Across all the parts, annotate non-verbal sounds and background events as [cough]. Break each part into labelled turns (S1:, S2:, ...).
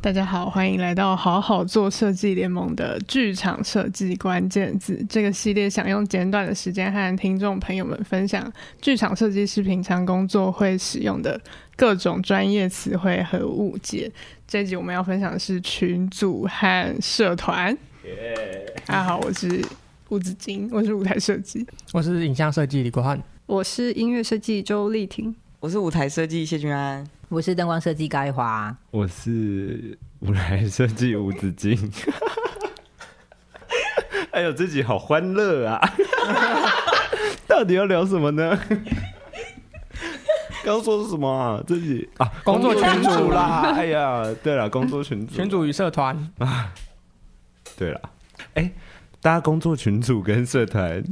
S1: 大家好，欢迎来到好好做设计联盟的剧场设计关键字这个系列，想用简短的时间和听众朋友们分享剧场设计师平常工作会使用的各种专业词汇和误解。这一集我们要分享的是群组和社团。大家好，我是吴子金，我是舞台设计。
S2: 我是影像设计李国汉。
S3: 我是音乐设计周丽婷，
S4: 我是舞台设计谢君安，
S5: 我是灯光设计高一华，啊
S6: 我是舞台设计吴子敬。哎呦，自己好欢乐啊！到底要聊什么呢？刚说是什么啊？自己啊，
S2: 工作群组
S6: 组啦！哎呀，对了，工作群组，
S2: 群主与社团，
S6: 对了，哎、大家工作群组跟社团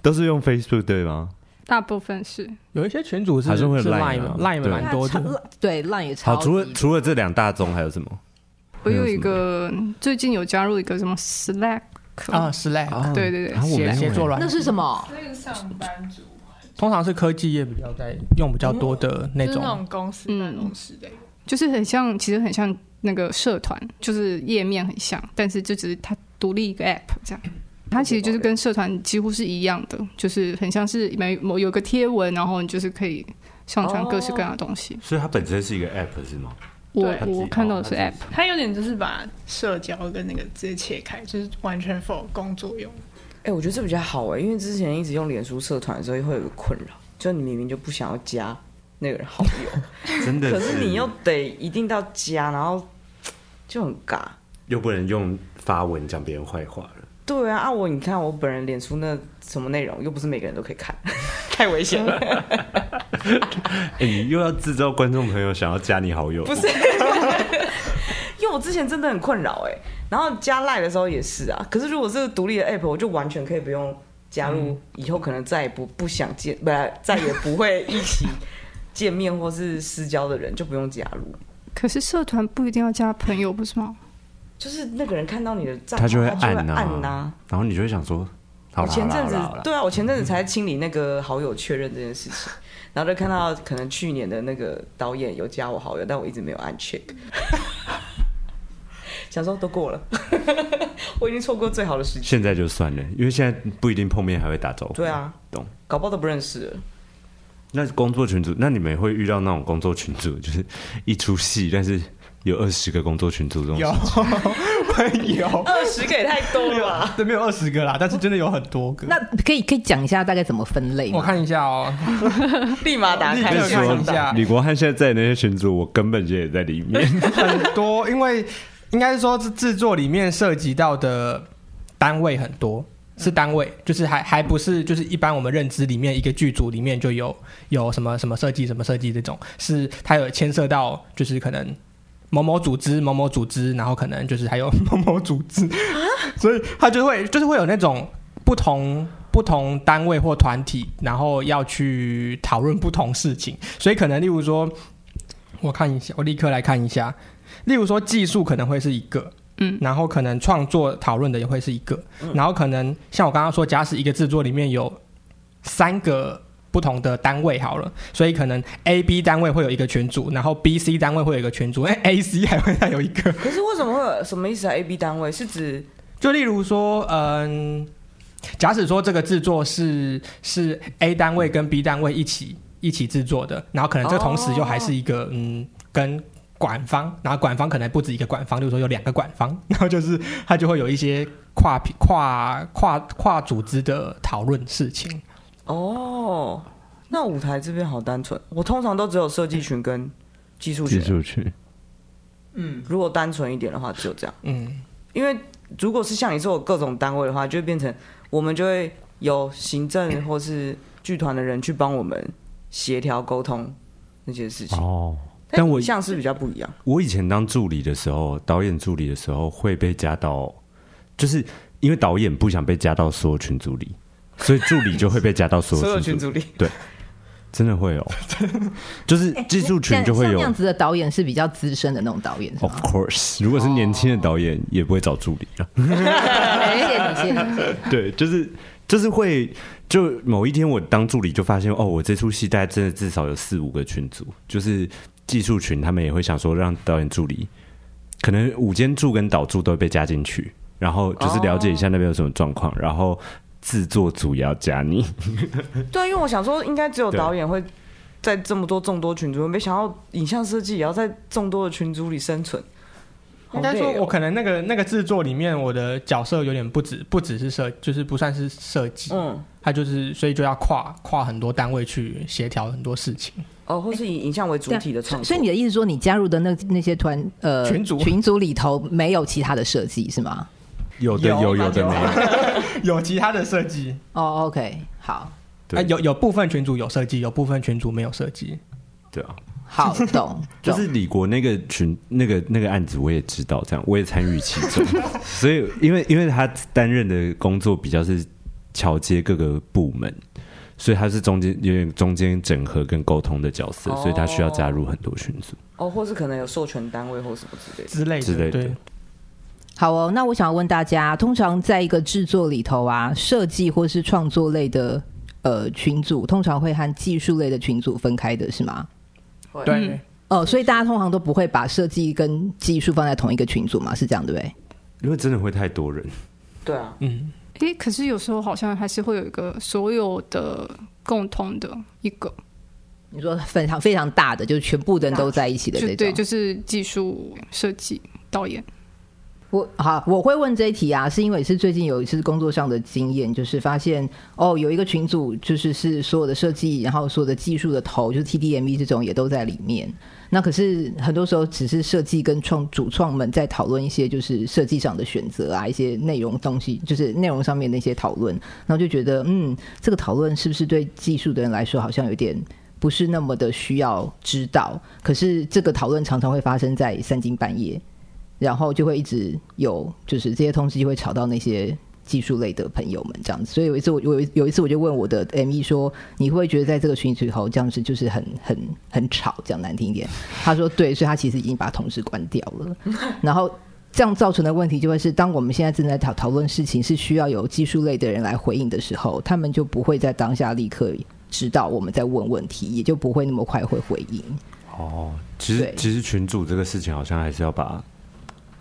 S6: 都是用 Facebook 对吗？
S3: 大部分是
S2: 有一些群主是
S6: 还是会有
S2: 是
S6: Line 啊
S2: Line 嘛 Line
S6: 对
S2: 蛮多的。
S5: 对，烂也超
S6: 好，
S5: 级
S6: 除了除了这两大宗还有什么？
S3: 我有
S6: 还有什
S3: 一
S6: 么
S3: 个最近有加入一个什么 Slack
S2: 啊，Slack
S3: 对对对
S6: 啊我没
S2: 写
S6: 有
S2: 写作软
S5: 那，是什么？
S1: 那个上班族
S2: 通常是科技业比较在用比较多的那
S1: 就是那
S5: 哦
S2: [laughs] 种。
S1: 种公司
S3: 嗯
S1: 办公室的，
S3: 就是很像，其实很像那个社团，就是页面很像，但是就只是它独立一个 app 这样。它其实就是跟社团几乎是一样的，就是很像是每某有个贴文，然后你就是可以上传各式各样的东西。
S7: 所以它本身是一个 app 是吗？
S3: 我
S1: 对
S7: 它自己
S3: 我看到的是
S7: 哦哦它
S3: app，
S7: 自己
S1: 它有点就是把社交跟那个直接切开，就是完全 for 工作用。
S4: 哎、我觉得这比较好哎、因为之前一直用脸书社团的时候会有个困扰，就你明明就不想要加那个人好友，
S7: 真的
S4: 可是你又得一定到加，然后就很尬。
S7: 又不能用发文讲别人坏话了。
S4: 对啊，啊我你看我本人脸书那什么内容，又不是每个人都可以看， [laughs] 太危险了。
S7: 哎、你又要制造观众朋友想要加你好友，
S4: 不是，因为我之前真的很困扰哎、然后加赖的时候也是啊，可是如果是独立的 app，我就完全可以不用加
S7: 嗯
S4: 入，以后可能再也不不想见，不再也不会一起见面或是私交的人就不用加入，
S3: 可是社团不一定要加朋友，不是吗？
S4: 就是那个人看到你的账号，
S7: 他就会
S4: 按
S7: 按呐、啊
S4: 按呐、
S7: 然后你就会想说，好
S4: 我
S7: 啦
S4: 前
S7: 好啦
S4: 阵子
S7: 好啦好啦嗯
S4: 对啊，我前阵子才清理那个好友确认这件事情，然后就看到可能去年的那个导演有加我好友，但我一直没有按
S7: [laughs]
S4: check，想说都过了， [laughs] 我已经错过最好的时机。
S7: 现在就算了，因为现在不一定碰面还会打招呼。
S4: 对，啊，
S7: 懂。
S4: 搞不好都不认识了。
S7: 那工作群组，那你们也会遇到那种工作群组， [laughs] 就是一出戏，但是有二十个工作群组这种事
S2: 有
S7: 情。，
S2: 有，
S4: 二十个也太多了
S2: [laughs]
S4: 吧？
S2: 对，没有二十个啦，但是真的有很多个。
S5: 那可以可以讲一下大概怎么分类吗？
S2: 我看一下哦，
S4: 立马打开
S2: 立刻看
S4: 看
S2: 一下
S6: 李国汉现在在的那些群组，我根本也在里面。
S2: 很多，因为应该是说制制作里面涉及到的单位很多，是单位，就是还还不是就是一般我们认知里面一个剧组里面就有有什么什么设计什么设计这种，是它有牵涉到就是可能。某某组织，某某组织，然后可能就是还有 [laughs] 某某组织，所以它就会就是会有那种不同不同单位或团体，然后要去讨论不同事情，所以可能例如说，我看一下，我立刻来看一下，例如说技术可能会是一个，
S3: 嗯，
S2: 然后可能创作讨论的也会是一个，然后可能像我刚刚说，假使一个制作里面有三个。不同的单位好了，所以可能 A、B 单位会有一个群组，然后 B、C 单位会有一个群组，哎，A、C 还会再有一个。
S4: 可是为什么会有什么意思啊？A B 单位是指
S2: 就例如说，嗯，假使说这个制作是是 A 单位跟 B 单位一起一起制作的，然后可能这同时又还是一个、嗯跟。管方，然后管方可能不止一个管方，就是说有两个管方， [laughs] 然后就是它就会有一些跨跨跨跨组织的讨论事情。
S4: 哦，那舞台这边好单纯。我通常都只有设计群跟技术群，
S6: 群，
S4: 如果单纯一点的话，只有这样。
S2: 嗯，
S4: 因为如果是像你说有各种单位的话，就会变成我们就会有行 [coughs] 政或是剧团的人去帮我们协调沟通那些事情。
S7: 哦，但我
S4: 像是比较不一样，
S7: 我以前当助理的时候，导演助理的时候会被加到，就是因为导演不想被加到所有群组里，所以助理就会被加到
S5: [laughs]
S7: 所
S4: 所
S7: 有
S4: 有
S7: 群
S4: 群
S7: 组。
S4: 组里
S7: 真的会哦，就是技术群就会
S5: 哎像
S7: 有
S5: 那。
S7: 哦
S5: 样子的导演是比较资深的那种导演，是
S7: Of
S5: 吗？
S7: course，如果是年轻的导演，也不会找助理啊。
S5: 哎谢谢你，谢谢你。
S7: [laughs] 对，就是就是会，就某一天我当助理就发现，哦，我这出戏大概真的至少有四五个群组，就是技术群，他们也会想说让导演助理可能午间助跟导助都会被加进去，然后就是了解一下那边有什么状况，然后制作组也要加你。
S4: 对啊，因为我想说，应该只有
S7: 对
S4: 导演会在这么多众多群组，没想到影像设计也要在众多的群组里生存。好
S2: 应该说，
S4: 累哦
S2: 我可能那个那个制作里面，我的角色有点不止不只是设，就是不算是设计，
S4: 嗯，
S2: 它就是所以就要跨跨很多单位去协调很多事情。
S4: 哦，或是以影像为主体的创作，
S5: 所以你的意思说，你加入的那那些团呃
S2: 群组
S5: 群组里头没有其他的设计是吗？
S7: 有的有，有的没有。
S2: 有， [laughs] 有其他的设计，
S5: 哦，OK、o k 好，
S7: 对
S2: 啊，有有部分群组有设计，有部分群组没有设计。
S7: 对啊，
S5: 好懂，
S7: 就是李国那个群那个那个案子，我也知道，这样我也参与其中。所以，因为因为他担任的工作比较是桥接各个部门，所以他是中间有点中间整合跟沟通的角色，
S4: 哦
S7: 所以他需要加入很多群组。
S4: 哦，或是可能有授权单位或什么之类的。
S2: 之类的，
S7: 之类的
S2: 对，
S5: 好哦，那我想要问大家，通常在一个制作里头啊，设计或是创作类的呃群组，通常会和技术类的群组分开的是吗？
S4: 会
S2: 对、
S5: 哦，所以大家通常都不会把设计跟技术放在同一个群组嘛，是这样对不对？
S7: 因为真的会太多人，
S4: 对啊，
S2: 嗯，
S3: 诶，可是有时候好像还是会有一个所有的共同的一个，
S5: 你说非常非常大的，就是全部的人都在一起的
S3: 就
S5: 这种。
S3: 对，就是技术设计导演。
S5: 我好，我会问这一题啊，是因为是最近有一次工作上的经验，就是发现哦，有一个群组就是是所有的设计，然后所有的技术的头，就是 TDME 这种也都在里面。那可是很多时候只是设计跟创主创们在讨论一些就是设计上的选择啊，一些内容东西，就是内容上面的一些讨论，然后就觉得嗯，这个讨论是不是对技术的人来说好像有点。不是那么的需要知道，可是这个讨论常常会发生在三更半夜，然后就会一直有，就是这些东西会吵到那些技术类的朋友们这样子。所以有一次我我有有一次我就问我的 M E 说，你会不会觉得在这个群组里头这样子就是很很很吵，讲难听一点？他说对，所以他其实已经把同事关掉 [laughs] 了。然后这样造成的问题就会是，当我们现在正在讨讨论事情是需要有技术类的人来回应的时候，他们就不会在当下立刻知道我们在问问题，也就不会那么快会回应。
S7: 哦，其实
S5: 对
S7: 其实群主这个事情好像还是要把，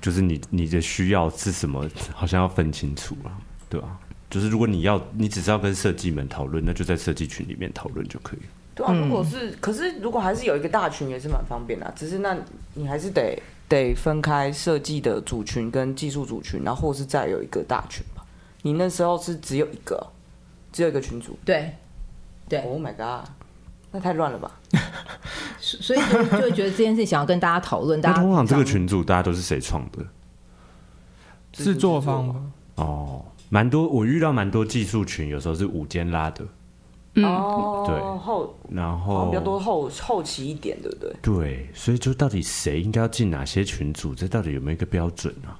S7: 就是你你的需要是什么，好像要分清楚了，对吧、就是如果你要，你只是要跟设计们讨论，那就在设计群里面讨论就可以了。
S4: 对啊。如果是，可是如果还是有一个大群也是蛮方便的啊、只是那你还是得得分开设计的组群跟技术组群，然后或是再有一个大群吧。你那时候是只有一个，只有一个群组。
S5: 对，对
S4: Oh my god，那太乱了吧？
S5: 所以就就会觉得这件事想要跟大家讨论，大
S7: 那
S5: 家
S7: 通常这个
S5: 想
S7: 群主大家都是谁创的？
S2: 制作方吧，
S7: 哦，蛮多，我遇到蛮多技术群，有时候是午间拉的，
S3: 嗯，
S4: 哦，
S7: 对
S4: 后
S7: 然
S4: 好哦像比较多
S2: 哦
S7: 后
S4: 后后期一点，对不对？
S7: 对，所以就到底谁应该要进哪些群组，这到底有没有一个标准啊？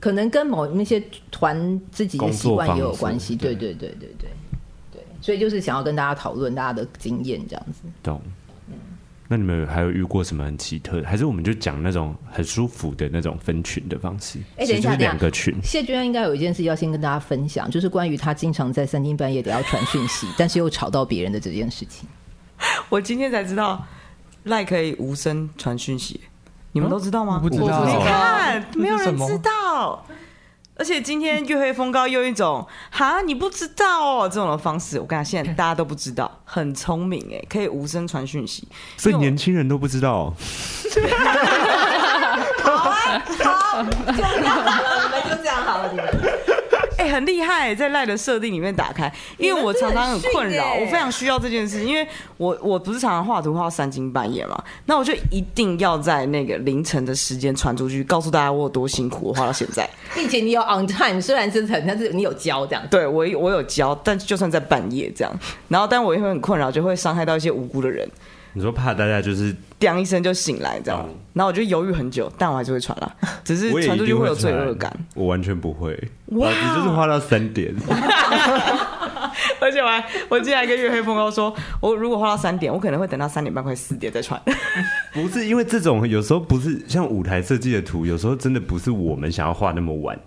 S5: 可能跟某那些团自己的习惯也有关系，
S7: 工作
S5: 对
S7: 方式
S5: 对对对对对，所以就是想要跟大家讨论大家的经验这样子。
S7: 懂？那你们还有遇过什么很奇特的？还是我们就讲那种很舒服的那种分群的方式？
S5: 哎
S7: 其
S5: 等
S7: 实
S5: 一
S7: 就
S5: 下
S7: 是两个群，
S5: 谢君安应该有一件事要先跟大家分享，就是关于他经常在三更半夜的要传讯息，但是又吵到别人的这件事情。
S4: 我今天才知道赖可以无声传讯息，你们都知道吗？
S2: 哦我不知道我
S4: 我
S2: 不
S4: 你
S2: 知
S4: 看，
S2: 这是
S4: 没有
S2: 什
S4: 人
S2: 么
S4: 知道。而且今天月黑风高又一种哈你不知道哦这种的方式，我跟你讲，现在大家都不知道，很聪明哎，可以无声传讯息。
S7: 所以
S4: 因为我
S7: 年轻人都不知道。哦
S5: 你们就这样好了，你们
S4: 哎、很厉害，在赖的设定里面打开，因为我常常很困扰，
S5: 你们真的很逊耶欸
S4: 我非常需要这件事，因为我我不是常常画图画到三更半夜嘛，那我就一定要在那个凌晨的时间传出去，告诉大家我有多辛苦，我画到现在。
S5: 并且你有 on time，虽然真的很，但是你有教这样子。
S4: 对我我有教，但就算在半夜这样，然后但我也会很困扰，就会伤害到一些无辜的人，
S7: 你说怕大家就是
S4: 叮一声就醒来这样，
S7: 嗯
S4: 然后我就犹豫很久，但我还是会传啦，只是
S7: 我也
S4: 传
S7: 一
S4: 出去
S7: 定
S4: 会有罪
S7: 传
S4: 恶感，， [laughs]
S7: 我完全不会。哇，你就是花到三点，
S4: 而且我还我竟然跟月黑风高说，我如果画到三点，我可能会等到三点半快四点再传。
S7: 不是因为这种有时候不是像舞台设计的图，有时候真的不是我们想要画那么晚，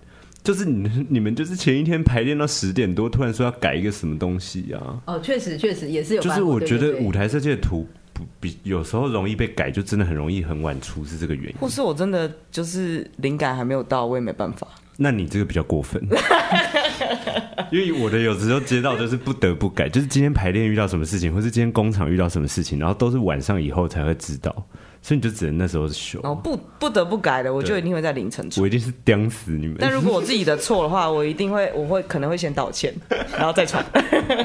S7: 就是你们你们就是前一天排练到十点多，突然说要改一个什么东西啊，
S5: 哦，确实确实也是有
S7: 就
S5: 办法。
S7: 是我
S5: 对
S7: 觉
S5: 对
S7: 得
S5: 对
S7: 舞台设计的图不不比有时候容易被改，就真的很容易很晚出，是这个原因。
S4: 或是我真的就是灵感还没有到，我也没办法。
S7: 那你这个比较
S5: [laughs]
S7: 过分，因为我的有时候接到就是不得不改，就是今天排练遇到什么事情，或是今天工厂遇到什么事情，然后都是晚上以后才会知道，所以你就只能那时候修。
S5: 哦
S4: 然后不不得不改的，我就
S7: 哦对
S4: 一定会在凌晨出
S7: 我。一定是刁死你们。
S4: 但如果我自己的错的话，我一定会，我会可能会先道歉，然后再传。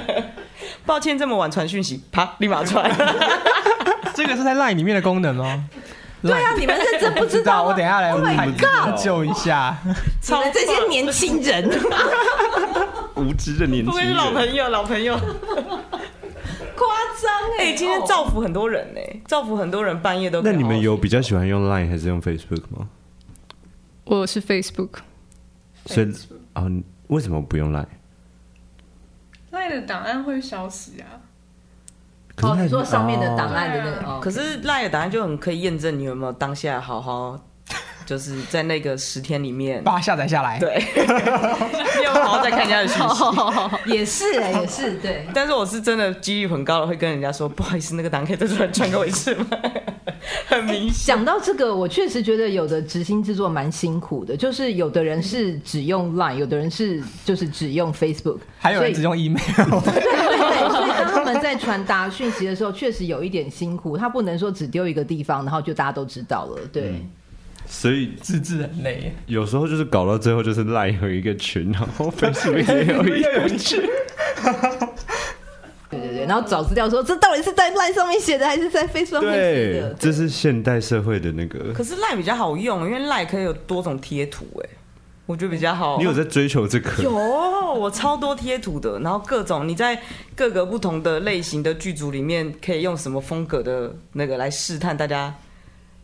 S4: [laughs] 抱歉，这么晚传讯息，啪，立马传。 [laughs]
S2: 这个是在 LINE 里面的功能吗？对
S5: 对啊，你们认真不
S2: 知
S5: 知
S2: 道，
S5: 道吗
S4: 啊
S2: 我等一下来
S5: Oh my
S2: 看
S5: god！
S2: 救一下。
S5: 你们这些年轻人，
S7: 无知的年
S4: 不
S7: 轻
S4: 愧是
S7: 人，
S4: 老朋友，老朋 [laughs] 友。
S5: 夸张
S4: 哎、
S5: 哎！
S4: 今天
S5: 哦
S4: 造福很多人呢、造福很多人半夜都可
S7: 那
S4: 以。
S7: 你们有比较喜欢用 Line 还是用 Facebook 吗？
S3: 我是 Facebook，
S7: 所以啊、你为什么不用 Line？
S1: 赖的档案会消失啊，
S7: 可是
S5: 哦，
S7: 它
S5: 你说上面的档
S7: 哦
S5: 案的那
S1: 对
S5: 个，哦
S4: 可是赖的答案就很可以验证你有没有当下好好，就是在那个十天里 [laughs] 面，
S2: 把它下载下来。
S4: 对，你有没有好好再看人家的讯息。
S5: 也是哎，也是对。
S4: 但是我是真的几率很高的，会跟人家说不好意思，那个档案可以再传传给我一次吗？很明显，
S5: 讲到这个，我确实觉得有的执行制作蛮辛苦的，就是有的人是只用 Line，有的人是就是只用 Facebook，
S2: 还有人
S5: 所
S2: 只
S5: 以
S2: 用 email， [laughs]
S5: 对，所以当他们在传达讯息的时候，确实有一点辛苦。他不能说只丢一个地方，然后就大家都知道了。对，
S2: 嗯
S7: 所以
S2: [laughs] 自制很累。
S7: 有时候就是搞到最后，就是 Line 有一个群，然
S4: [laughs]
S7: 后 Facebook 也有一个群。
S5: 对对对。然后找资料说，这到底是在 Line 上面写的，还是在 Facebook 上面写
S7: 对
S5: 的，？
S7: 这是现代社会的那个
S4: 可。是赖比较好用，因为赖可以有多种贴图、哎，我觉得比较好。
S7: 你有在追求这个？
S4: 有，我超多贴图的，然后各种你在各个不同的类型的剧组里面，可以用什么风格的那个来试探大家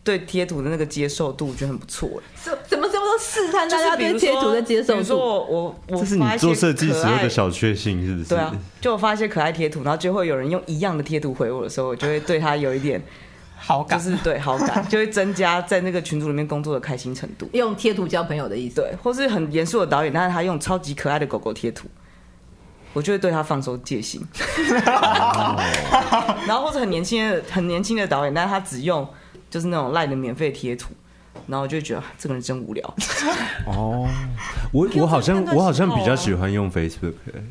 S4: 对贴图的那个接受度，我觉得很不错。哎
S5: 什怎么什么都试探大
S4: 就是
S5: 家
S4: 比
S5: 对
S4: 如
S5: 贴
S4: 说
S5: 图的接
S4: 比
S5: 受
S4: 如说
S5: 度。
S4: 我我我
S7: 这是你
S4: 发一些
S7: 做设计时候
S4: 可爱
S7: 的小确幸，是不是？
S4: 对啊，就我发一些可爱贴图，然后就会有人用一样的贴图回我的时候，我就会对他有一点
S2: 好
S4: 就
S2: 感
S4: 是对好感，就会增加在那个群组里面工作的开心程度。
S5: 用贴图交朋友的意思，
S4: 对，或是很严肃的导演，但是他用超级可爱的狗狗贴图，我就会对他放松戒心。 [laughs] 然后或者很年轻的很年轻的导演，但是他只用就是那种赖的免费贴图，然后我就会觉得啊这个人真无聊。
S7: 哦，我我好像我好像比
S4: 啊
S7: 较喜欢用 Facebook，欸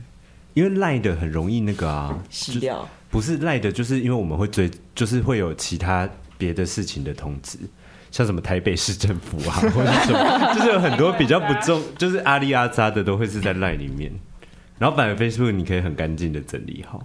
S7: 因为赖的很容易那个啊，
S4: 洗掉
S7: 就不是赖的，就是因为我们会追，就是会有其他别的事情的通知。像什么台北市政府啊， [laughs] 或者什么，就是有很多比较不重，就是阿里阿扎的都会是在赖里面，然后反而 Facebook 你可以很干净的整理好。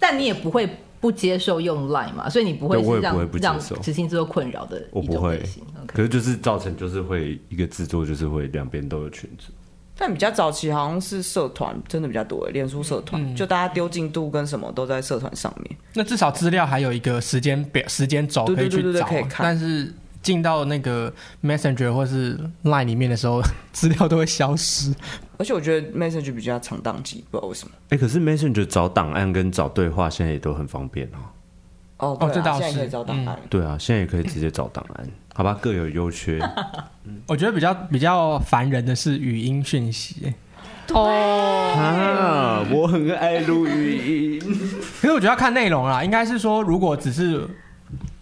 S5: 但你也不会不接受用 Line 嘛，所以你不会
S7: 对我
S5: 是
S7: 也不
S5: 让
S7: 会不接
S5: 让
S7: 受
S5: 执行制作困扰的一种
S7: 我不会
S5: 类型 OK
S7: 可是就是造成就是会一个制作就是会两边都有群组，
S4: 但比较早期好像是社团，真的比较多耶，脸书社团，就大家丢进度跟什么都在社团上面。
S2: 那至少资料还有一个时间表、时间轴
S4: 对
S2: 可以
S4: 对
S2: 去
S4: 对对
S2: 找啊
S4: 可以。看
S2: 但是进到那个 Messenger 或是 Line 里面的时候， [laughs] 资料都会消失。
S4: 而且我觉得 message 比较常宕机，不知道为什么。
S7: 哎、可是 Messenger 找档案跟找对话现在也都很方便哦。
S4: 哦，
S2: 哦
S4: 对
S2: 这
S4: 啊
S2: 倒
S4: 现在可以
S2: 是
S4: 找档案。
S7: 对啊，现在也可以直接找档案，好吧，各有优缺。
S2: 我觉得比较比较烦人的是语音讯息，
S7: 啊，我很爱录语音。
S2: 可是我觉得要看内容啊啦。应该是说，如果只是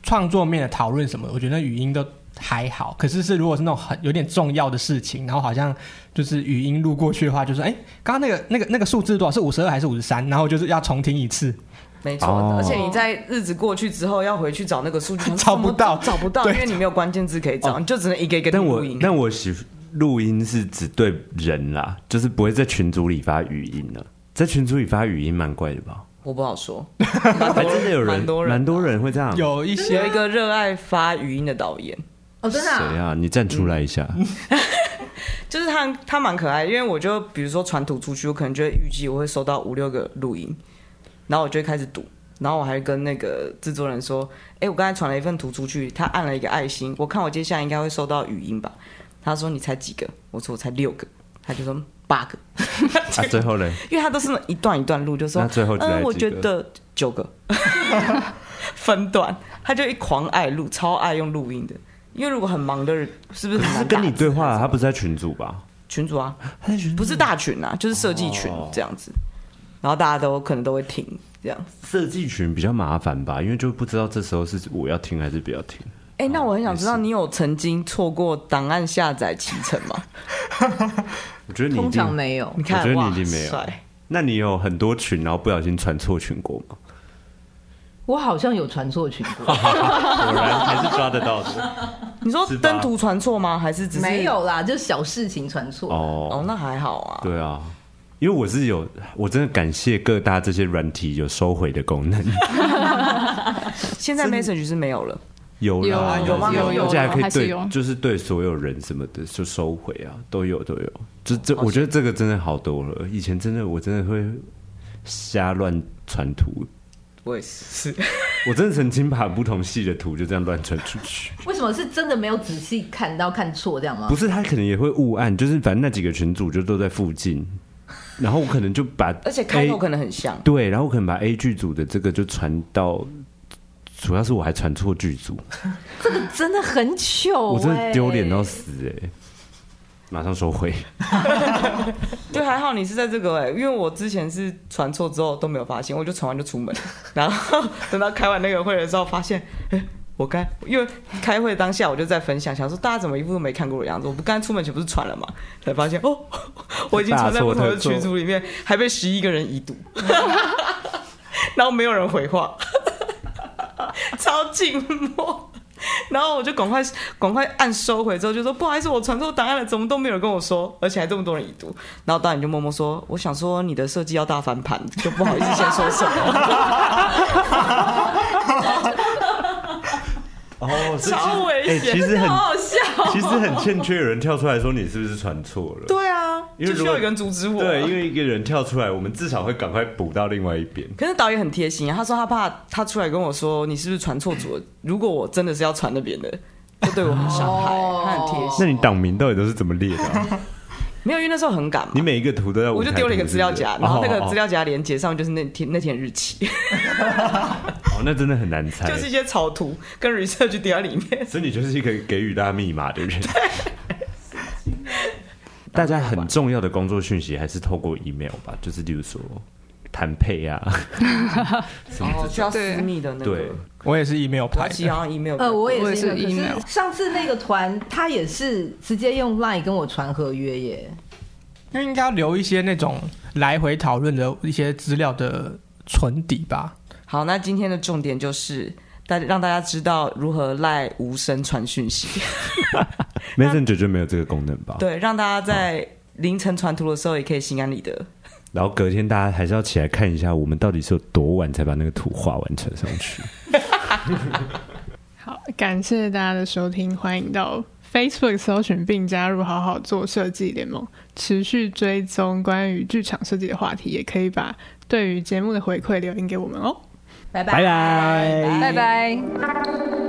S2: 创作面的讨论什么，我觉得语音都还好。可是是如果是那种很有点重要的事情，然后好像就是语音录过去的话，就是哎，刚刚那个那个那个数字多少是五十二还是五十三？然后就是要重听一次。
S4: 没错，
S7: 哦
S4: 而且你在日子过去之后，要回去找那个数
S7: [laughs]
S4: 据，
S2: 找不到
S4: 怎么找不到，
S2: 对
S4: 因为你没有关键字可以找，你就只能一个一个地
S7: 哦但
S4: 录
S7: 我
S4: 音。
S7: 但我喜录音是只对人啦，就是不会在群组里发语音了。在群组里发语音蛮怪的吧？
S4: 我不好说，
S7: [laughs] 还真的有人，
S4: 蛮多人
S7: 蛮多人会这样。
S2: 有一些
S4: 有一个热爱发语音的导演，
S5: 哦，真的、
S7: 谁啊？你站出来
S4: [laughs]
S7: 一下。啊
S4: 就是他，他蛮可爱的，因为我就比如说传图出去，我可能就会预计我会收到五六个录音，然后我就会开始赌，然后我还跟那个制作人说，哎、我刚才传了一份图出去，他按了一个爱心，我看我接下来应该会收到语音吧，他说你才几个，我说我才六个，他就说八个，
S7: 啊，最后
S4: [laughs]
S7: 嘞，
S4: 因为他都是那一段一段录，就说
S7: 那最后只来
S4: 嗯，我
S7: 几
S4: 觉
S7: 个
S4: 得九个 [laughs] 分段，他就一狂爱录，超爱用录音的。因为如果很忙的人，是不是
S7: 可
S4: 很
S7: 是
S4: 难
S7: 跟你
S4: 打字
S7: 对话，他不是在群组吧？
S4: 群主啊？
S7: 他在群组哦
S4: 不是大群啊，就是设计群这样子。然后大家都可能都会停这样。
S7: 设计群比较麻烦吧，因为就不知道这时候是我要听还是不要听。
S4: 哎、那我很想知
S7: 哦
S4: 道，你有曾经错过档案下载启程
S7: [laughs]
S4: 吗？
S7: 我觉得你一
S5: 通常
S7: 定，
S5: 没有
S4: 你。看，
S7: 我觉得
S4: 哇
S7: 你一定没有
S4: 帅
S7: 那你有很多群，然后不小心传错群过
S4: [laughs]
S7: 吗？
S5: 我好像有传错群过，
S7: 果然还是抓得到的。
S4: 你说
S7: 是吧
S4: 登图传错吗？还是只是
S5: 没？有啦，就小事情传错。
S4: 哦
S7: 哦，，
S4: 那还好啊。
S7: 对啊，因为我是有，我真的感谢各大这些软体有收回的
S4: [laughs]
S7: 功能，
S4: 现在 message 是没有了。
S7: 有
S3: 有
S7: 啦
S4: 有吗有有
S7: 而且还可
S3: 还
S7: 以
S3: 是
S7: 对，
S3: 有
S7: 就是对所有人什么的就收回啊，都有都有。就这，我觉得这个真的好多了。以前真的我真的会瞎乱传图，
S4: 我也是，
S2: 是
S7: 我真的曾经把不同系的图就这样乱传出
S4: [laughs]
S7: 去。
S5: 为什么是真的没有仔细看到看错这样吗
S4: 啊
S7: 不？是，他可能也会误按，就是反正那几个群组就都在附近，然后我可能就把
S4: [laughs] 而且开头
S7: A-
S4: 可能很像。啊
S7: 对，然后我可能把 A 剧组的这个就传到，主要是我还传错剧组，
S5: 真的很糗、欸，
S7: 我真的丢脸到死哎、马上收回，
S4: 对，还好你是在这个哎、因为我之前是传错之后都没有发现，我就传完就出门，然后等到开完那个会的时候发现，哎、我该因为开会当下我就在分享，想说大家怎么一部都没看过的样子，我不刚才出门前不是传了嘛，才发现哦， [laughs] 我已经传在不同的群组里面，还被十一个人已读， [laughs] 然后没有人回话， [laughs] 超静默。然后我就赶快赶快按收回之后，就说不好意思，我传错档案了，怎么都没有人跟我说，而且还这么多人已读。然后导演就默默说，我想说你的设计要大翻盘，就不好意思先说什
S7: [laughs]
S4: 么，
S7: 哦，所以
S4: 超危险。
S7: 其实很
S5: 好笑。
S7: 其实很欠缺有人跳出来说你是不是传错了。
S4: 对啊，
S7: 因为
S4: 就
S7: 如
S4: 需要
S7: 果
S4: 有一个人阻止我啊。
S7: 对，因为一个人跳出来，我们至少会赶快补到另外一边。
S4: 可是导演很贴心啊，他说他怕他出来跟我说你是不是传错组了，如果我真的是要传那边的，就对我很伤害。
S5: 哦
S4: 他很贴心，
S7: 那你党名到底都是怎么列的啊、
S4: 没有因为那时候很赶嘛
S7: 你。每一个图都要，
S4: 我就丢了一个资料夹，然后那个资
S7: 料
S4: 料夹连接上就是那天那天的日期，
S7: 哦哦，那真的很难猜。
S4: [laughs] 就是一些草图跟 research 丢在里面。
S7: 所以你就是一个给予大家密码的人。大家很重要的工作讯息还是透过 email 吧，就是例如说谈配啊，什么
S4: 哦，需要私
S3: 对
S4: 密的那个。
S7: 对，
S2: 我也是 email
S4: 我
S2: 派
S4: 其实
S2: 的，
S4: 好像 email 比较
S5: 呃，
S4: 多
S5: 我也是
S3: 我也是
S5: email。
S3: email
S5: 可是上次那个团，他也是直接用 Line 跟我传合约耶。
S2: 因为应该要留一些那种来回讨论的一些资料的存底吧。
S4: 好，那今天的重点就是大让大家知道如何赖无声传讯息，
S7: Messenger 就没有这个功能吧？。
S4: 对，让大家在凌晨传图的时候也可以心安理得。
S7: 然后隔天大家还是要起来看一下，我们到底是有多晚才把那个图画完呈上去。
S1: 好，感谢大家的收听，欢迎到 Facebook 搜寻并加入“好好做设计联盟”，持续追踪关于剧场设计的话题，也可以把对于节目的回馈留言给我们哦。
S5: 拜拜
S3: 拜
S7: 拜拜。
S3: 拜。